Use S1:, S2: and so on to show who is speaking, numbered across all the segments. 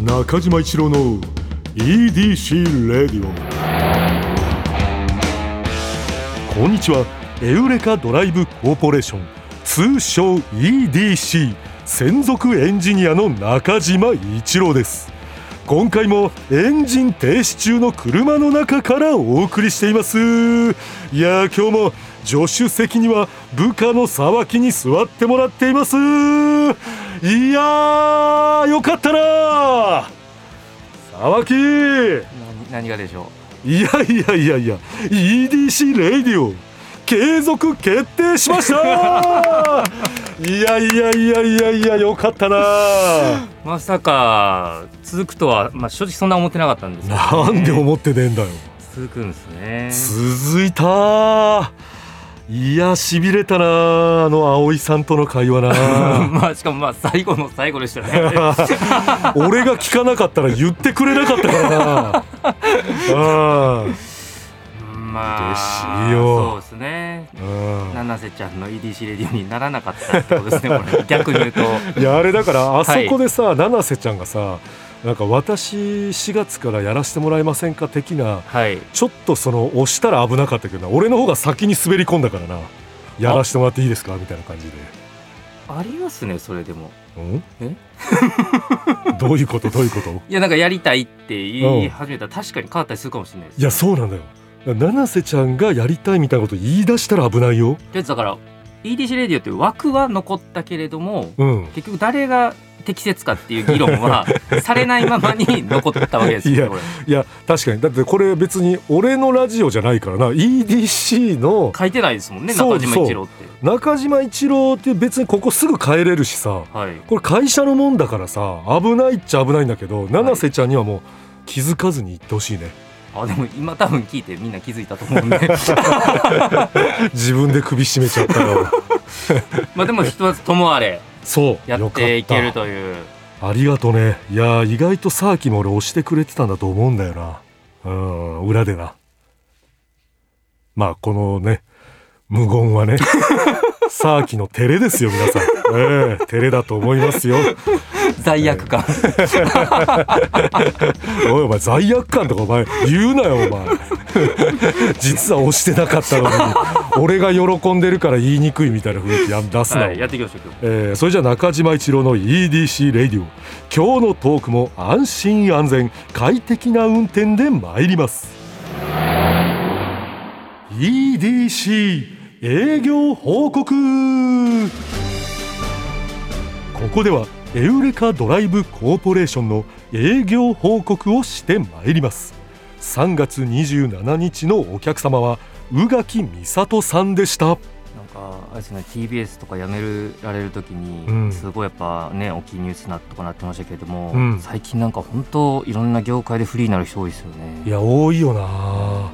S1: 中島一郎の EDC レディオこんにちはエウレカドライブコーポレーション通称 EDC 専属エンジニアの中島一郎です今回もエンジン停止中の車の中からお送りしていますいやー今日も助手席には部下の沢木に座ってもらっていますいやーよかったな沢木
S2: 何何がでしょ
S1: いやいやいやいや EDC レイディオ継続決定しましたいやいやいやいやいやよかったな
S2: うまさか続くとは、まあ、正直そんな思ってなかったんですけど
S1: なんで思ってねんだよ
S2: 続くんですね
S1: 続いたいやしびれたなあの葵さんとの会話 な
S2: まあしかもまあ最後の最後でしたね
S1: 俺が聞かなかったら言ってくれなかったからな うん
S2: まあ
S1: 嬉しいよ
S2: そうですね
S1: うん
S2: 七瀬ちゃんの EDC レディオにならなかったってことですねこれ 逆に言うと
S1: いやあれだからあそこでさ、七瀬ちゃんがさなんか私4月からやらせてもらえませんか的な
S2: はい
S1: ちょっとその押したら危なかったけどな俺の方が先に滑り込んだからなやらせてもらっていいですかみたいな感じで
S2: ありますねそれでも
S1: うん
S2: え
S1: どういうことどういうこと
S2: いやなんかやりたいって言
S1: うん
S2: い始めたら確かに変わったりするかもしれないです
S1: いやそうなんだよ七瀬ちゃんがやりたいみたいなこと言い出したら危ないよ
S2: とりあえずだから EDC レディオっていう枠は残ったけれども
S1: うん
S2: 結局誰が適切かっていう議論はされないままに残ったわけです
S1: いや
S2: よこれ
S1: いや確かにだってこれ別に俺のラジオじゃないからな EDC の
S2: 書いてないですもんね
S1: そ
S2: 中
S1: うそう
S2: 島一郎って
S1: 中島一郎って別にここすぐ帰れるしさ
S2: はい
S1: これ会社のもんだからさ危ないっちゃ危ないんだけど七瀬ちゃんにはもう気づかずに言ってほしいね
S2: あでも今多分聞いてみんな気づいたと思うんで
S1: 自分で首絞めちゃったよ
S2: まあでもひとつともあれ
S1: そう
S2: や
S1: よ
S2: っ
S1: かった
S2: ていけるという
S1: ありがとうねいやー意外とサーキも俺押してくれてたんだと思うんだよなうん裏でなまあこのね無言はねサーキの照れですよ皆さんええ照れだと思いますよ
S2: 罪悪感
S1: おいお前罪悪感とかお前言うなよお前実は押してなかったのに俺が喜んでるから言いにくいみたいな雰囲気や出すな、
S2: はいやっていきましょう今日
S1: えーそれじゃあ中島一郎の EDC レディオ今日のトークも安心安全快適な運転で参ります EDC 営業報告ここではエウレカドライブコーポレーションの営業報告をして参ります3月27日のお客様は宇垣美里さんでした
S2: なんかあれですね TBS とか辞めるられる時に、
S1: うん
S2: すごいやっぱね大きいニュースなとかなってましたけれども、
S1: うん
S2: 最近なんか本当いろんな業界でフリーになる人多いですよね
S1: いや多いよな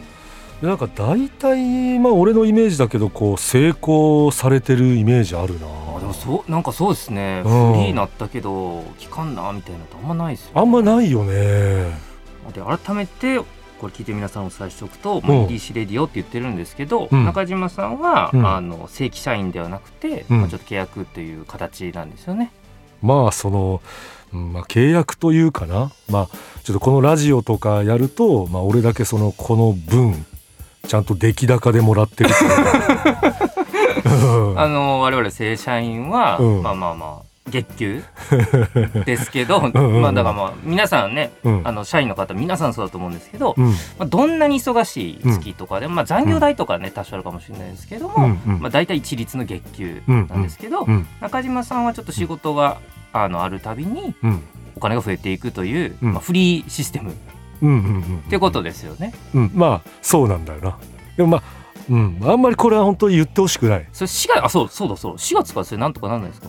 S1: でなんか大体まあ俺のイメージだけどこう成功されてるイメージあるな
S2: あでもそうなんかそうですね、
S1: うん
S2: フリーになったけど期間なみたいなのってあんまないですよ
S1: あんまないよね
S2: で改めてこれ聞いて皆さんお伝えしておくと
S1: う
S2: 「
S1: ん
S2: EDC レディオ」って言ってるんですけど、
S1: うん
S2: 中島さんは、
S1: うん
S2: あの正規社員ではなくて、
S1: うん
S2: まあ、ちょっと契約という形なんですよね。
S1: まあその、うんまあ、契約というかなまあちょっとこのラジオとかやると、まあ、俺だけそのこの分ちゃんと出来高でもらってるから、うん
S2: あの我々正社員は、
S1: うん
S2: まあまあまあ月給 ですけど
S1: うんうん
S2: まあだからまあ皆さんね
S1: うん
S2: あの社員の方皆さんそうだと思うんですけど、
S1: うん
S2: まあ、どんなに忙しい月とかでも、まあ、残業代とかね多少あるかもしれないですけども、
S1: うんうん
S2: まあ、大体一律の月給なんですけど、
S1: うん
S2: 中島さんはちょっと仕事があのあるたびに
S1: うん
S2: お金が増えていくという、
S1: うん
S2: まあ、フリーシステムっ
S1: うんうん
S2: てことですよね。
S1: うんまあそうなんだよなでもまあ、うん、あんまりこれは本当に言ってほしくない
S2: それ4月あそうそうだそう4月からそれなんとかなんないですか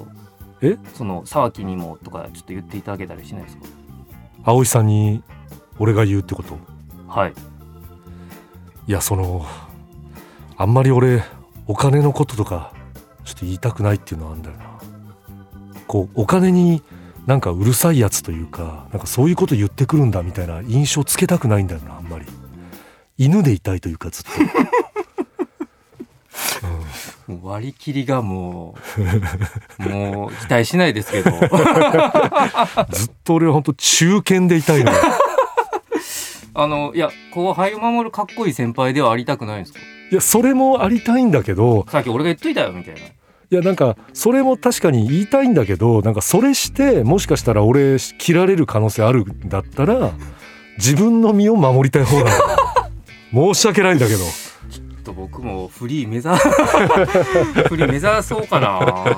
S1: え
S2: その沢木にもとかちょっと言っていただけたりしないですか
S1: 葵さんに俺が言うってこと
S2: はい
S1: いやそのあんまり俺お金のこととかちょっと言いたくないっていうのはあんだよなこうお金になんかうるさいやつというかなんかそういうこと言ってくるんだみたいな印象つけたくないんだよなあんまり犬でいたいというかずっと、
S2: もう割り切りがもう もう期待しないですけど
S1: ずっと俺は本当中堅でいたいのよ
S2: あのいや後輩を守るかっこいい先輩ではありたくないんですか
S1: いやそれもありたいんだけど
S2: さっき俺が言っといたよみたいない
S1: やなんかそれも確かに言いたいんだけどなんかそれしてもしかしたら俺切られる可能性あるんだったら自分の身を守りたい 方なの申し訳ないんだけど
S2: ちょっと僕もフリー目指 フリー目指そうかな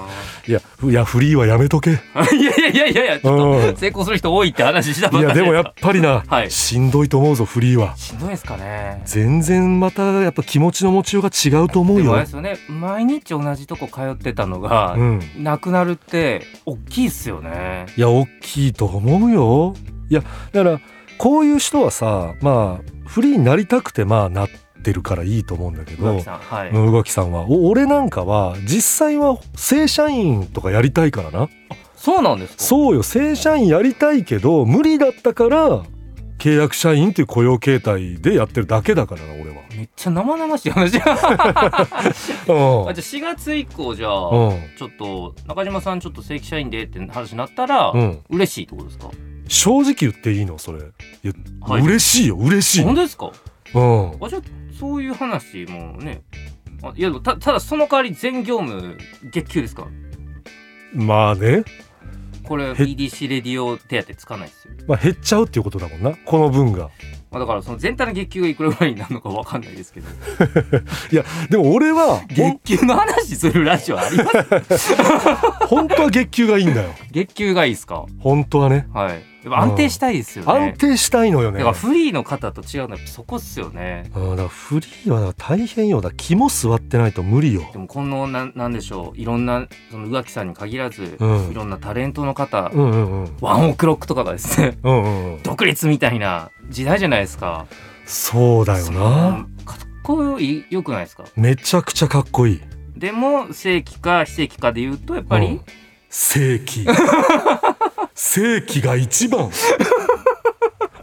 S1: いやいやフリーはやめとけい
S2: いやいやいやいやいやちょっ
S1: う
S2: と
S1: ん
S2: 成功する人多いって話したばっか
S1: や
S2: り
S1: でもやっぱりな、
S2: はい
S1: しんどいと思うぞフリーは
S2: しんどいですかね
S1: 全然またやっぱ気持ちの持ちようが違うと思う
S2: でもあ
S1: よ
S2: れですよね毎日同じとこ通ってたのが、
S1: うん
S2: なくなるって大きいっすよね
S1: いや大きいと思うよいやだからこういう人はさまあフリーになりたくてまあなってるからいいと思うんだけど
S2: 上木さんはい、
S1: うん宇垣さんはお俺なんかは実際は正社員とかやりたいからな
S2: そうなんですか
S1: そうよ正社員やりたいけど無理だったから契約社員っていう雇用形態でやってるだけだからな俺
S2: めっちゃ生々しい 話あ
S1: は
S2: じゃあ4月以降じゃあ、
S1: うん
S2: ちょっと中島さんちょっと正規社員でって話になったら、
S1: うん、うん、
S2: 嬉しいってことですか
S1: 正直言っていいのそれいや、
S2: はい
S1: 嬉しいよ嬉しい
S2: 本当ですか
S1: うん
S2: あじゃあそういう話もねあいやでもたただその代わり全業務月給ですか
S1: まあね、
S2: これ EDC レディオ手当つかないですよ、
S1: まあ、減っちゃうっていうことだもんなこの分が
S2: まあ、だからその全体の月給がいくらぐらいになるのかわかんないですけど
S1: でも俺は
S2: 月給の話するラジオあります
S1: ほん本当は月給がいいんだよ
S2: 月給がいいですか
S1: 本当はね
S2: はいやっぱ安定したいですよね、
S1: 安定したいのよね
S2: だからフリーの方と違うのはそこっすよね
S1: うん、だからフリーはだから大変よだ気も座ってないと無理よ
S2: でもこのななんでしょういろんなその宇垣さんに限らず、
S1: うん
S2: いろんなタレントの方、
S1: うんうんうん
S2: ワンオクロックとかがですね
S1: うんうんうん
S2: 独立みたいな時代じゃないですか
S1: そうだよな
S2: かっこいいよくないですか
S1: めちゃくちゃかっこいい
S2: でも正規か非正規かで言うとやっぱり、
S1: うん正規 正規が一 番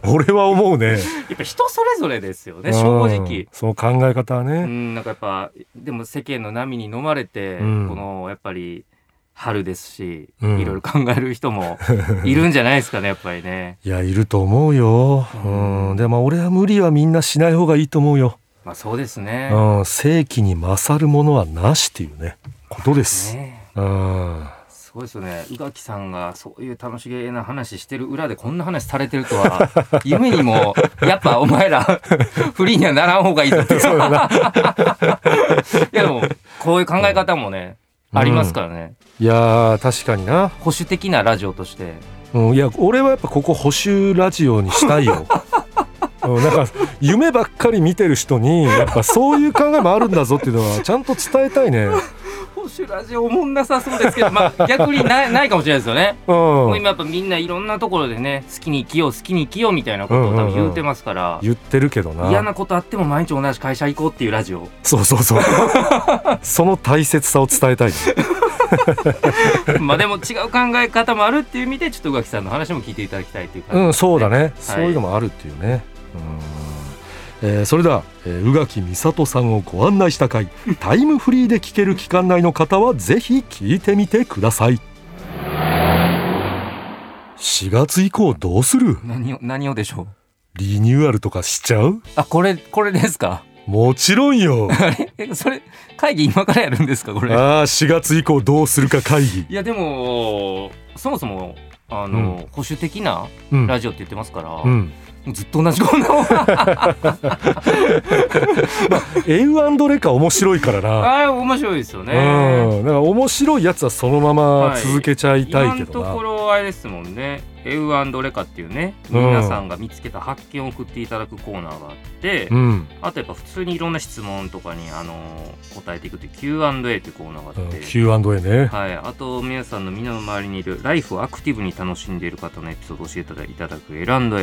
S1: 俺は思うね
S2: やっぱ人それぞれですよね正
S1: うん
S2: 直。
S1: その考え方は
S2: う
S1: ね、
S2: んなんかやっぱでも世間の波に飲まれて、
S1: うん
S2: このやっぱり春ですし、
S1: うん
S2: いろいろ考える人もいるんじゃないですかねやっぱりね。
S1: いやいると思うよ、
S2: う
S1: うんんでも俺は無理はみんなしない方がいいと思うよ、
S2: まあそうですね。
S1: うん、正規に勝るものはなしっていうねことです、
S2: ね
S1: うん
S2: すごいですよね宇垣さんがそういう楽しげな話してる裏でこんな話されてるとは 夢にもやっぱお前ら フリーにはならん 方がいいぞって
S1: そうだない
S2: やでもこういう考え方もね、
S1: うん
S2: ありますからね
S1: いやー確かにな、
S2: 保守的なラジオとして
S1: うん、いや俺はやっぱここ補修ラジオにしたいよ、うん、なんか夢ばっかり見てる人にやっぱそういう考えもあるんだぞっていうのはちゃんと伝えたいね、
S2: 保守ラジオおもんなさそうですけどまあ逆にないないかもしれないですよね、も
S1: う、
S2: うん今やっぱみんないろんなところでね好きに生きよう好きに生きようみたいなことを多分言うてますから、
S1: 言ってるけどな
S2: 嫌なことあっても毎日同じ会社行こうっていうラジオ
S1: そうそう そうその大切さを伝えたい
S2: まあでも違う考え方もあるっていう意味でちょっと宇垣さんの話も聞いていただきたいという
S1: う
S2: 感
S1: んそうだね、
S2: は
S1: そ
S2: いう
S1: いうのもあるっていうね、うんえーそれでは、えー宇垣美里さんをご案内した回タイムフリーで聴ける期間内の方はぜひ聞いてみてください4月以降どうする
S2: じ、何を何をでしょう
S1: リニューアルとかしちゃう
S2: あこれこれですか
S1: もちろんよあ
S2: えそれ会議今からやるんですかこれ
S1: あ4月以降どうするか会議
S2: いやでもそもそもあの、保守的な
S1: うん
S2: ラジオって言ってますから、
S1: うん、
S2: ずっと同じコーナーを
S1: エウレカ面白いからな、
S2: あれ面白いですよ
S1: う
S2: ね。
S1: んだから面白いやつはそのまま続けちゃいた
S2: 今
S1: いけ
S2: の
S1: ど
S2: と
S1: な、
S2: ころあれですもんね「エウレカ」っていうね
S1: うん
S2: 皆さんが見つけた発見を送っていただくコーナーがあって、
S1: うん
S2: あとやっぱ普通にいろんな質問とかに、あの答えていくっていう Q&A っていうコーナーがあって、
S1: うん Q&A ね、
S2: はい、あと皆さんの身の回りにいるライフをアクティブに楽しんでいる方のエピソードを教えていただく L&A、
S1: うん
S2: ま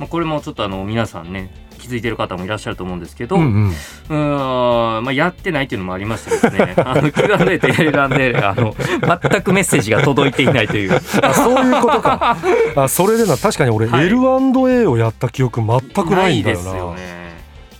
S2: あ、これもちょっとあの皆さんね気づいてる方もいらっしゃると思うんですけど、
S1: うんうん、
S2: うーん、まあ、やってないっていうのもありましてです ね、あの、Q&A と L&A が、あの、全くメッセージが届いていないという。
S1: あそういうことか あそれでな確かに俺、
S2: はい
S1: L&A をやでやった記憶全くないんだよ
S2: です
S1: な
S2: よね。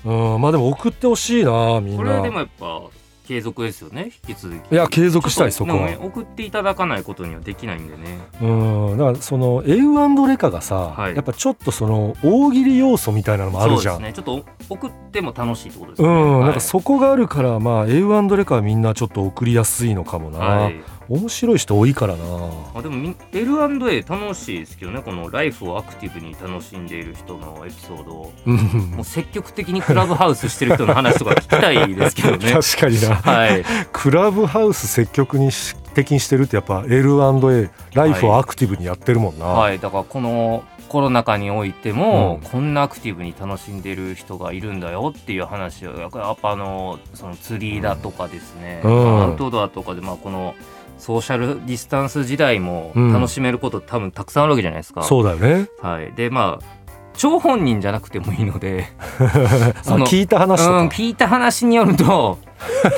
S1: うん、まあでも送ってほしいなみん
S2: これは
S1: な
S2: でもやっぱ、継続ですよね引き続き
S1: いや継続したいそこは
S2: ちょっとね送っていただかないことにはできないんでね
S1: うんだからそのエウレカがさ、
S2: はい
S1: やっぱちょっとその大喜利要素みたいなのもあるじゃん
S2: そうですねちょっと送っても楽しいってことです
S1: う
S2: ね
S1: ん、
S2: はい
S1: なんかそこがあるからまあ A&A レカはみんなちょっと送りやすいのかもな、
S2: はい
S1: 面白い人多いからな
S2: あでもみ L&A 楽しいですけどねこのライフをアクティブに楽しんでいる人のエピソードを
S1: うん
S2: もう積極的にクラブハウスしてる人の話とか聞きたいですけどね
S1: 確かにな
S2: はい
S1: クラブハウス積極にし的にしてるってやっぱ L&A ライフをアクティブにやってるもんな、
S2: はい、だからこのコロナ禍においても、
S1: うん
S2: こんなアクティブに楽しんでる人がいるんだよっていう話をやっぱあのその釣りだとかですね、
S1: うん
S2: アウトドアとかで、まあ、このソーシャルディスタンス時代も
S1: うん
S2: 楽しめること多分たくさんあるわけじゃないですか。
S1: そうだよね
S2: はい、でまあ張本人じゃなくてもいいので
S1: あ聞いた話と
S2: う
S1: か、
S2: ん、聞いた話によると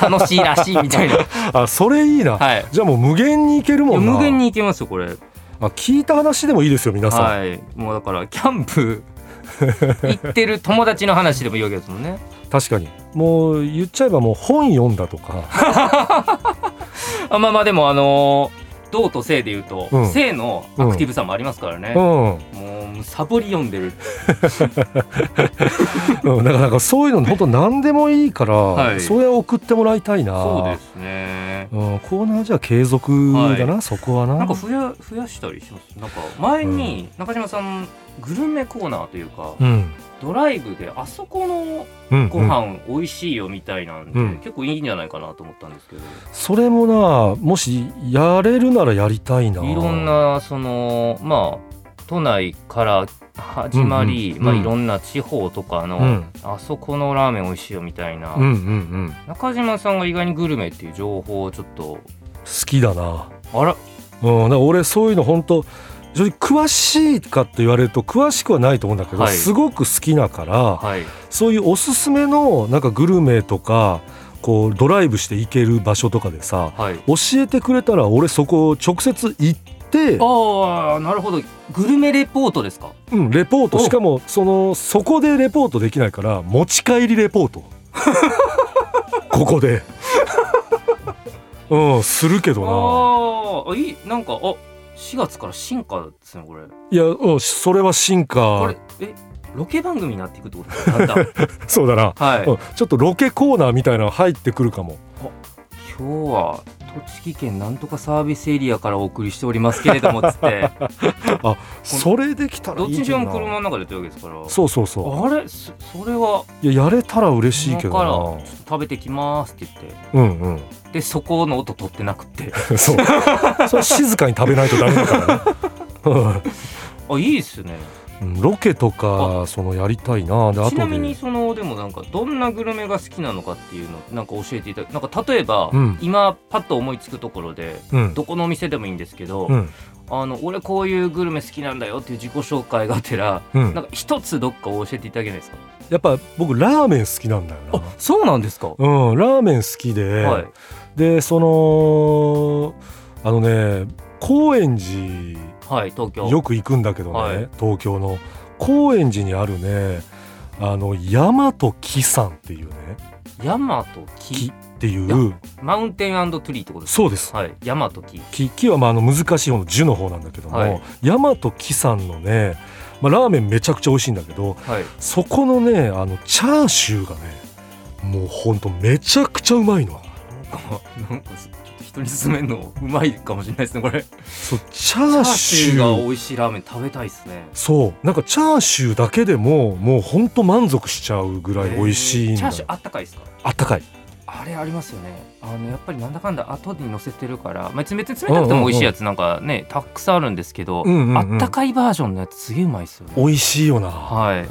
S2: 楽しいらしいみた いな、
S1: あそれいいな、
S2: はい、
S1: じゃあもう無限にいける
S2: い
S1: も
S2: や
S1: んな
S2: 無限にいけますよこれ
S1: あ聞いた話でもいいですよ皆さん、
S2: はい、もうだからキャ ンプ行ってる友達の話でもいいわけですもんね。
S1: 確かにもう言っちゃえばもう本読んだとか
S2: あまあまあでもあのー道と性で言うと、
S1: うん
S2: 性のアクティブさもありますから
S1: う
S2: ね。
S1: ん
S2: もうサボり読んでる。
S1: うん、だからなんかそういうの本当何でもいいから、
S2: い
S1: それは送ってもらいたいな
S2: そうですね。
S1: うん、コーナーじゃ継続だな、そこはな
S2: なんか増や増やしたりします。なんか前に中島さんグルメコーナーというか、
S1: うん
S2: ドライブであそこの
S1: うん、
S2: ご飯美味しいよみたいなんで、
S1: うん
S2: 結構いいんじゃないかなと思ったんですけど、
S1: それもなもしやれるならやりたいない
S2: ろんなそのまあ都内から始まり、
S1: うんうん
S2: まあ、
S1: うん
S2: いろんな地方とかの、
S1: うん
S2: あそこのラーメン美味しいよみたいな、
S1: うんうんうん好
S2: 中島さんが意外にグルメっていう情報をちょっと
S1: きだな,、
S2: あら
S1: うん、だから俺そういうの本当正直詳しいかと言われると詳しくはないと思うんだけど、
S2: はい
S1: すごく好きだから、
S2: はい
S1: そういうおすすめのなんかグルメとかこうドライブして行ける場所とかでさ
S2: はい
S1: 教えてくれたら俺そこ直接行って、
S2: ああなるほどグルメレポートですか
S1: うん、レポート
S2: お
S1: しかもそのそこでレポートできないから持ち帰りレポー トここでうんするけ
S2: あ
S1: どな
S2: ーあいいなんかあ4月から進化ですねこれ
S1: いや、うん、それは進化
S2: これえロケ番組になっていくってことですか だんだん
S1: そうだな、
S2: はい、
S1: うん、ちょっとロケコーナーみたいなの入ってくるかも
S2: 今日は栃木県なんとかサービスエリアからお送りしておりますけれどもつって
S1: それできたら
S2: どっ
S1: い
S2: ち
S1: い
S2: に
S1: け
S2: し
S1: ど
S2: ろ
S1: な
S2: 車の中でというわけですから
S1: そうそうそ
S2: あれそそれは
S1: ういややれたら嬉しい
S2: 今
S1: け
S2: からち
S1: ど
S2: ょ
S1: な
S2: っと食べてきますって言って
S1: うんうん
S2: でそこの音取ってなくて
S1: そう それ静かに食べないとダメだからね
S2: あいいですね
S1: うんロケとかそのやりたいなで
S2: ちな
S1: 後
S2: み
S1: で
S2: にそのでもなんかどんなグルメが好きなのかっていうのなんか教えていただなんか例えば、
S1: うん
S2: 今パッと思いつくところで
S1: うん
S2: どこのお店でもいいんですけど、
S1: うん
S2: あの俺こういうグルメ好きなんだよっていう自己紹介がてら、
S1: うん
S2: なんか一つどっかを教えていただけないですか
S1: やっぱ僕ラーメン好きなんだよな
S2: そうなんですか、
S1: うんラーメン好きで、
S2: はい
S1: でそのあのね高円寺
S2: はい東京
S1: よく行くんだけどね、
S2: はい
S1: 東京の高円寺にあるねあの大和木山っていうね
S2: ヤマト
S1: 木
S2: キ
S1: っていう
S2: マウンテントゥリーってことです
S1: そうです
S2: かはいヤマトキ
S1: 木木はまああの難しい方の樹の方なんだけども、
S2: はい
S1: 大和木山のね、まあ、ラーメンめちゃくちゃ美味しいんだけど
S2: はい
S1: そこのねあのチャーシューがねもうほんとめちゃくちゃうまいの
S2: なんかなんかちょっと人に勧めるのうまいかもしれないですねこれチ
S1: そうチャ
S2: ャ
S1: ー
S2: ー
S1: シ
S2: シ
S1: ュ
S2: ュ
S1: ー
S2: ーが美味しいラーメン食べたいですね
S1: そうなんかチャーシューだけでももうほんと満足しちゃうぐらい美味しいん
S2: チャ
S1: だ
S2: ーシュ
S1: よ
S2: ーあったかいですか
S1: あったかい
S2: あれありますよねあのやっぱりなんだかんだ後に乗せてるから、まあ、別に冷たくても美味しいやつなんかねたくさんあるんですけど、
S1: うんうんうん
S2: あったかいバージョンのやつすげえうまいですよね
S1: 美味しいよな、
S2: はい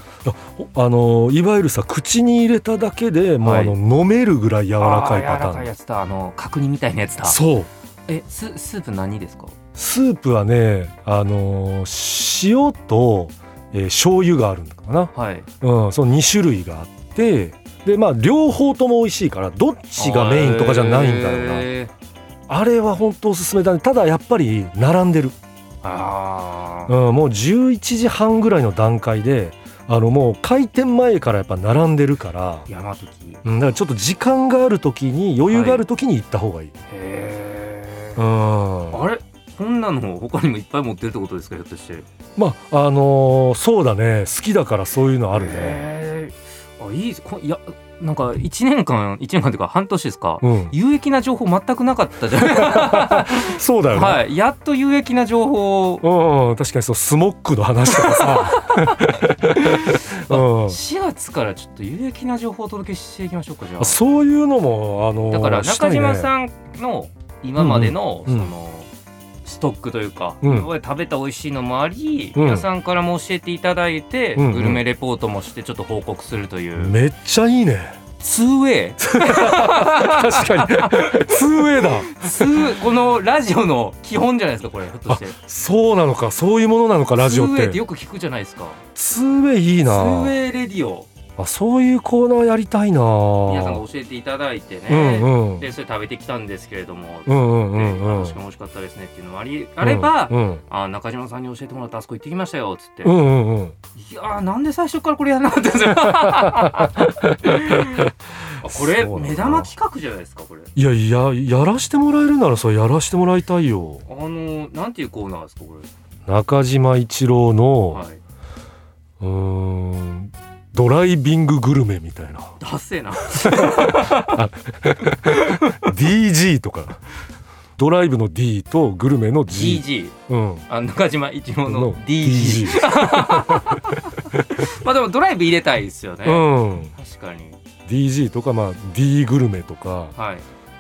S1: あのいわゆるさ口に入れただけでもうあの、
S2: は
S1: 飲めるぐらい柔らかいパ
S2: あー柔
S1: タ
S2: らかい
S1: ーン
S2: やつだあの角煮みたいなやつだ
S1: そう
S2: えススープ何ですか
S1: スープはね、あのー塩と、えー醤油があるのかな、
S2: はい
S1: うん、その2種類があってで、まあ、両方とも美味しいからどっちがメインとかじゃないんだよな、
S2: えー
S1: あれは本当おすすめだねただやっぱり並んでる、
S2: あ
S1: うん、もう11時半ぐらいの段階でああのもう開店前からやっぱ並んでるから
S2: 山時へ
S1: うんだからちょっと時間がある時に余裕がある時に行った方がいい、
S2: え
S1: うん
S2: あれこんなの他にもいっぱい持ってるってことですかひょっとして
S1: まああのーそうだね好きだからそういうのあるね、
S2: へーあいいですこいやなんか1年間1年間というか半年ですか、
S1: うん、
S2: 有益な情報全くな かったじゃない
S1: そうだよね、
S2: はいやっと有益な情報を
S1: うん、確かにそうスモックの話とかさ、 うん
S2: 4月からちょっと有益な情報をお届けしていきましょうかじゃ
S1: あ、
S2: あ
S1: そういうのもあの
S2: だから中島
S1: ん
S2: さんの今までの
S1: う
S2: そ
S1: んうん
S2: のストックというか
S1: うん
S2: 今まで食べた美味しいのもあり
S1: うん
S2: 皆さんからも教えていただいて
S1: うんうん
S2: グルメレポートもしてちょっと報告するという
S1: めっちゃいいね
S2: ツーウェイ
S1: 確かに 2way だ
S2: ツーこのラジオの基本じゃないですかこれひょっとして
S1: そうなのかそういうものなのかラジオっ
S2: ツーウェイ
S1: て
S2: ってよく聞くじゃないですか
S1: 2way いい
S2: ツーウ
S1: な
S2: ェイレディオ
S1: あそういうコーナーやりたいな
S2: 皆さんが教えていただいて
S1: う
S2: ね
S1: んうん
S2: でそれ食べてきたんですけれども
S1: うんうんう
S2: で
S1: んうん
S2: 楽しく美味しかったですねっていうのもありあれば
S1: うんうん
S2: あ中島さんに教えてもらったあそこ行ってきましたよっつって、
S1: う
S2: い
S1: んうんうん
S2: やーなんで最初からこれやんなかったんですよこれ
S1: そうなんだ
S2: 目玉企画じゃないですかこれ
S1: いやいややらしてもらえるならそれやらしてもらいたいよ
S2: あのーなんていうコーナーですかこ
S1: 中島一郎
S2: れ、
S1: の、
S2: はいう
S1: ーんドライビンググルメみたいな
S2: ダッセーな
S1: DG とかドライブの D とグルメの G,
S2: GG
S1: うん、
S2: あ中島一郎の
S1: の
S2: DG まあでもドライブ入れたいですよね、
S1: うん、
S2: 確かに
S1: DG とか、まあ、D グルメとか、
S2: はい
S1: うん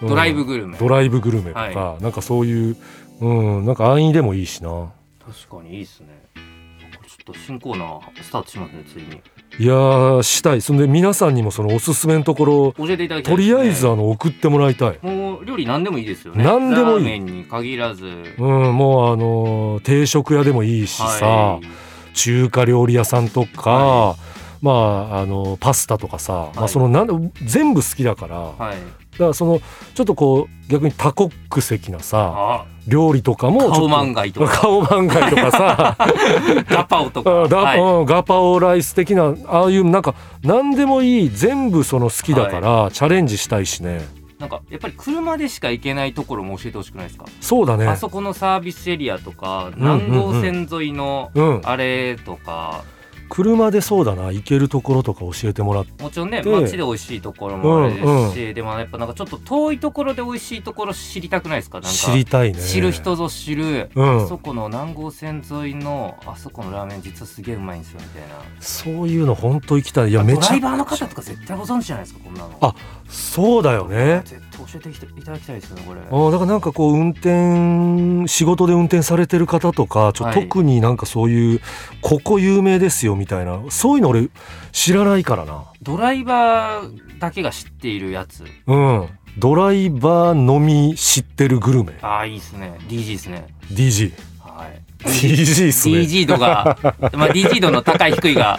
S2: ドライブグルメ、
S1: ドライブグルメとか、
S2: は
S1: なんかそういう、うん、なんか安易でもいいしな
S2: 確かにいいっすねこれちょっと新コーナースタートしますねついに
S1: いやーしたいそんで皆さんにもそのおすすめのところ
S2: 教えていただきた
S1: と
S2: いですね
S1: りあえずあの送ってもらいたい、
S2: もう料理何でもいいですよね
S1: 何でもいい
S2: ラーメンに限らず、
S1: うん、もうあのー定食屋でもいいしさ、
S2: はい
S1: 中華料理屋さんとか、
S2: は
S1: まあ、あのパスタとかさ、ま
S2: は
S1: あ、
S2: い
S1: そのなん全部好きだから、だか
S2: はい。
S1: らそのちょっとこう逆に多国籍なさ
S2: あ、
S1: 料理とかもちょっと
S2: 顔漫画とか、
S1: 顔漫画とかさ
S2: ガパオと
S1: う
S2: か。
S1: んだ
S2: はい
S1: うんガパオライス的なああいうなんか何でもいい全部その好きだから、チャレンジしたいしね
S2: なんかやっぱり車でしか行けないところも教えてほしくないですか。
S1: そうだ
S2: あ
S1: ね
S2: そこのサービスエリアとか、
S1: うんうん
S2: 南道線沿いの
S1: うん
S2: あれとか、
S1: 車でそうだな行けるところとか教えてもらって
S2: もちろんね、
S1: で
S2: 街で美味しいところもあれですし、
S1: うんうん
S2: でもやっぱなんかちょっと遠いところで美味しいところ知りたくないですか。なんか
S1: 知りたいね
S2: 知る人ぞ知る。
S1: うん
S2: あそこの南郷線沿いのあそこのラーメン実はすげえうまいんですよみたいな
S1: そういうの本当行きたいいやめ
S2: ド
S1: ち
S2: ラ
S1: ゃ
S2: イバーの方とか絶対ご存知じゃないですかこんなの
S1: あそうだよね
S2: 絶対教えていただきたいですよねこれ
S1: あーだからなんかこう運転仕事で運転されてる方とかちょ
S2: はい
S1: 特になんかそういうここ有名ですよみたいなそういうの俺知らないからな
S2: ドライバーだけが知っているやつ
S1: うんドライバーのみ知ってるグルメ
S2: ああいいですね DG ですね
S1: DG
S2: はい
S1: DG っすね
S2: DG 度が、まあ、DG 度の高い低いが、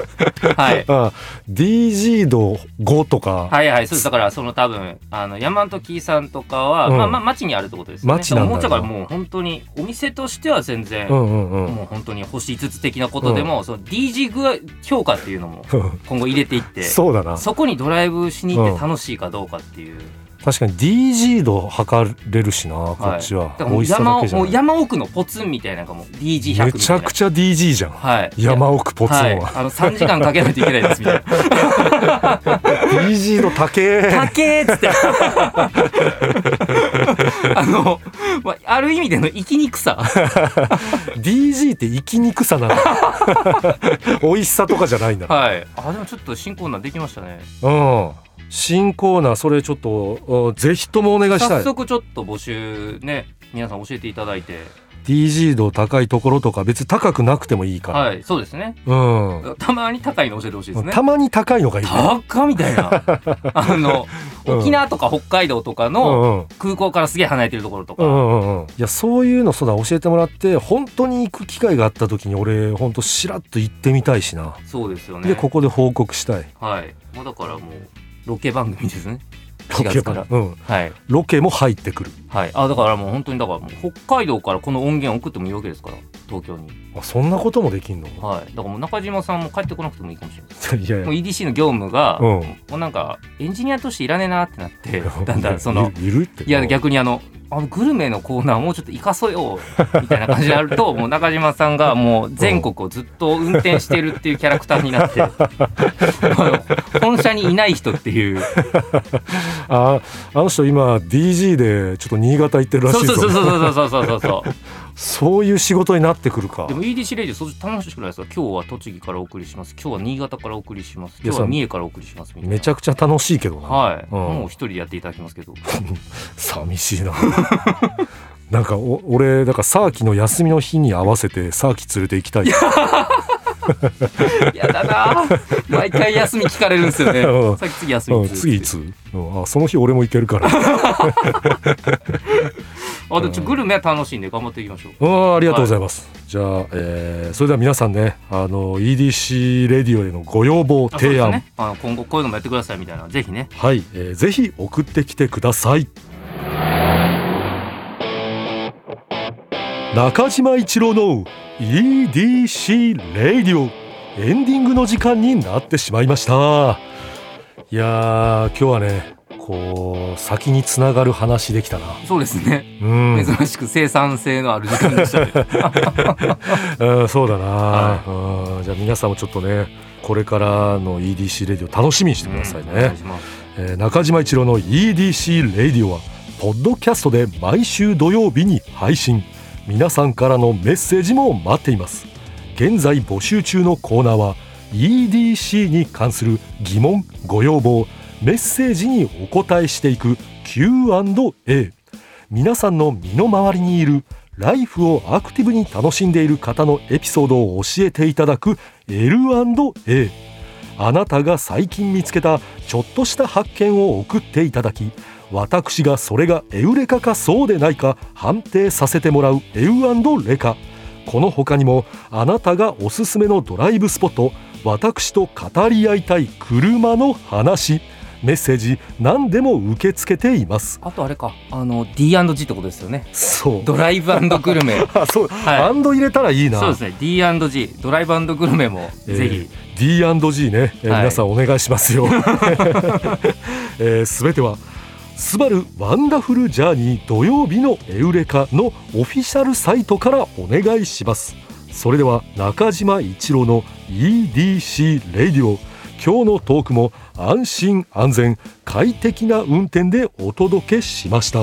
S2: はい、
S1: あ DG 度5とか、
S2: はいはいそうですだからその多分あの山時さんとかは、
S1: うん
S2: まあまあ町にあるってことですよね
S1: 町なんだよ
S2: もうだからもう本当にお店としては全然、
S1: うんうんうん
S2: もう本当に星5つ的なことでも、その DG 具合評価っていうのも今後入れていって
S1: そうだな
S2: そこにドライブしに行って楽しいかどうかっていう、
S1: 確かに DG 度測れるしなこ
S2: はい
S1: っちは、
S2: だから
S1: 美
S2: もう
S1: 味しさだ
S2: 山
S1: け
S2: を
S1: じゃ
S2: も
S1: な
S2: う
S1: い
S2: 山奥のポツンみたいなのがもう DG100 みたいな
S1: めちゃくちゃ DG じゃん
S2: はい
S1: 山奥ポツン
S2: はい
S1: は、
S2: あの3時間かけないといけないですみたいな
S1: DG 度高え
S2: 高え っつってあの、まあ、ある意味での生きにくさ
S1: DG って生きにくさなの美味しさとかじゃないんだ、
S2: はいあでもちょっと新コーナーできましたね
S1: うん新コーナーそれちょっとあぜひともお願いした
S2: 早
S1: い
S2: 速ちょっと募集ね皆さん教えていただいて
S1: DG 度高いところとか別に高くなくてもいいから、
S2: はいそうですね
S1: う
S2: たまに高いの教えてほしいです
S1: ん
S2: ね
S1: たまに高いのがいいね
S2: 高っみた いなあの
S1: うん
S2: 沖縄とか北海道とか
S1: う
S2: の
S1: んうん
S2: 空港からすげえ離れてるところと
S1: う
S2: か、
S1: んうんうんいやそういうのそうだ教えてもらって本当に行く機会があった時に俺本当しらっと行ってみたいしな、
S2: そうですよね
S1: でここで報告したい
S2: はいもうだからもうロケ番組ですね
S1: ロケ
S2: 4月から
S1: うん、
S2: はい
S1: ロケも入ってくる
S2: はい、あだからもう本当にだからもう北海道からこの音源送ってもいいわけですから東京に
S1: あそんなこともできんの、
S2: はいだからもう中島さんも帰ってこなくてもいいかもしれない
S1: い、やいや
S2: もう EDC の業務が、
S1: う
S2: も
S1: ん
S2: うなんかエンジニアとしていらねえなってなってだんだんその
S1: いるいるって
S2: いや逆にあのあのグルメのコーナーもうちょっと生かそうよみたいな感じに なるともう中島さんがもう全国をずっと運転してるっていうキャラクターに なってあの本社にいない人っていう
S1: ああの人今 DG でちょっと新潟行ってるらしい
S2: そ
S1: で
S2: う
S1: すよ
S2: そうそうそうそうそうそうそう
S1: そういう仕事になってくるか
S2: でも EDC レディオそっち楽しくないですか今日は栃木からお送りします今日は新潟からお送りします
S1: いや
S2: 今日
S1: そう
S2: は三重からお送りしますみたいな
S1: めちゃくちゃ楽しいけどな、
S2: はい、
S1: うん
S2: もう一人でやっていただきますけど
S1: 寂しいな なんかお俺だからサーキの休みの日に合わせてサーキ連れて行きたい
S2: やだなぁ毎回休み聞かれるんですよ
S1: うん
S2: ねさっき次休み
S1: うん、
S2: つ
S1: 次いつ、うん、あその日俺も行けるから
S2: あでもちょグルメは楽しいんで頑張っていきましょう
S1: うんありがとうございます、じゃあ、えーそれでは皆さんねあの EDC レディオへのご要望
S2: あそう
S1: 提
S2: です
S1: 案、
S2: ね、あの今後こういうのもやってくださいみたいなぜひね
S1: はい、えーぜひ送ってきてください中島一郎の EDC レイディオエンディングの時間になってしまいましたいやー今日はねこう先につながる話できたな
S2: そうですね、
S1: うん、
S2: 珍しく生産性のある時間 でしたね
S1: うんそうだな、
S2: は
S1: うんじゃあ皆さんもちょっとねこれからの EDC レディオ楽しみにしてくださいね、
S2: うんお願いします
S1: えー中島一郎の EDC レディオはポッドキャストで毎週土曜日に配信皆さんからのメッセージも待っています現在募集中のコーナーは EDC に関する疑問ご要望メッセージにお答えしていく Q&A 皆さんの身の回りにいるライフをアクティブに楽しんでいる方のエピソードを教えていただく L&A あなたが最近見つけたちょっとした発見を送っていただき私がそれがエウレカかそうでないか判定させてもらうエウレカこの他にもあなたがおすすめのドライブスポット私と語り合いたい車の話メッセージ何でも受け付けています
S2: あとあれかあの D&G ってことですよね
S1: そう
S2: ドライブグルメ
S1: あそう、
S2: はい
S1: バンド入れたら いいな
S2: そうですね D&G ドライブグルメも
S1: えー
S2: ぜひ、
S1: D&G ね、えー
S2: はい
S1: 皆さんお願いしますよ。 えー、全ては「スバルワンダフルジャーニー土曜日のエウレカ」のオフィシャルサイトからお願いします。それでは中島一郎の EDC レディオ今日のトークも安心安全快適な運転でお届けしました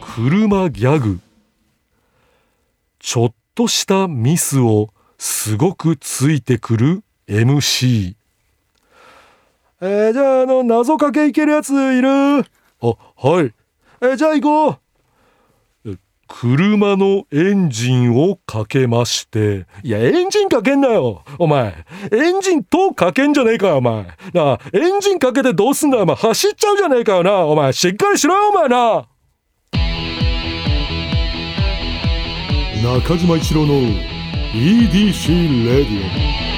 S1: 車ギャグちょっとしたミスをすごくついてくる MC えー、じゃああの謎かけいけるやついるあはいえーじゃあ行こう車のエンジンをかけまして。いや、エンジンかけんなよお前エンジンとかけんじゃねえかよお前なあ、エンジンかけてどうすんだよお前走っちゃうじゃねえかよなお前しっかりしろよお前な中島一郎の EDC レディオ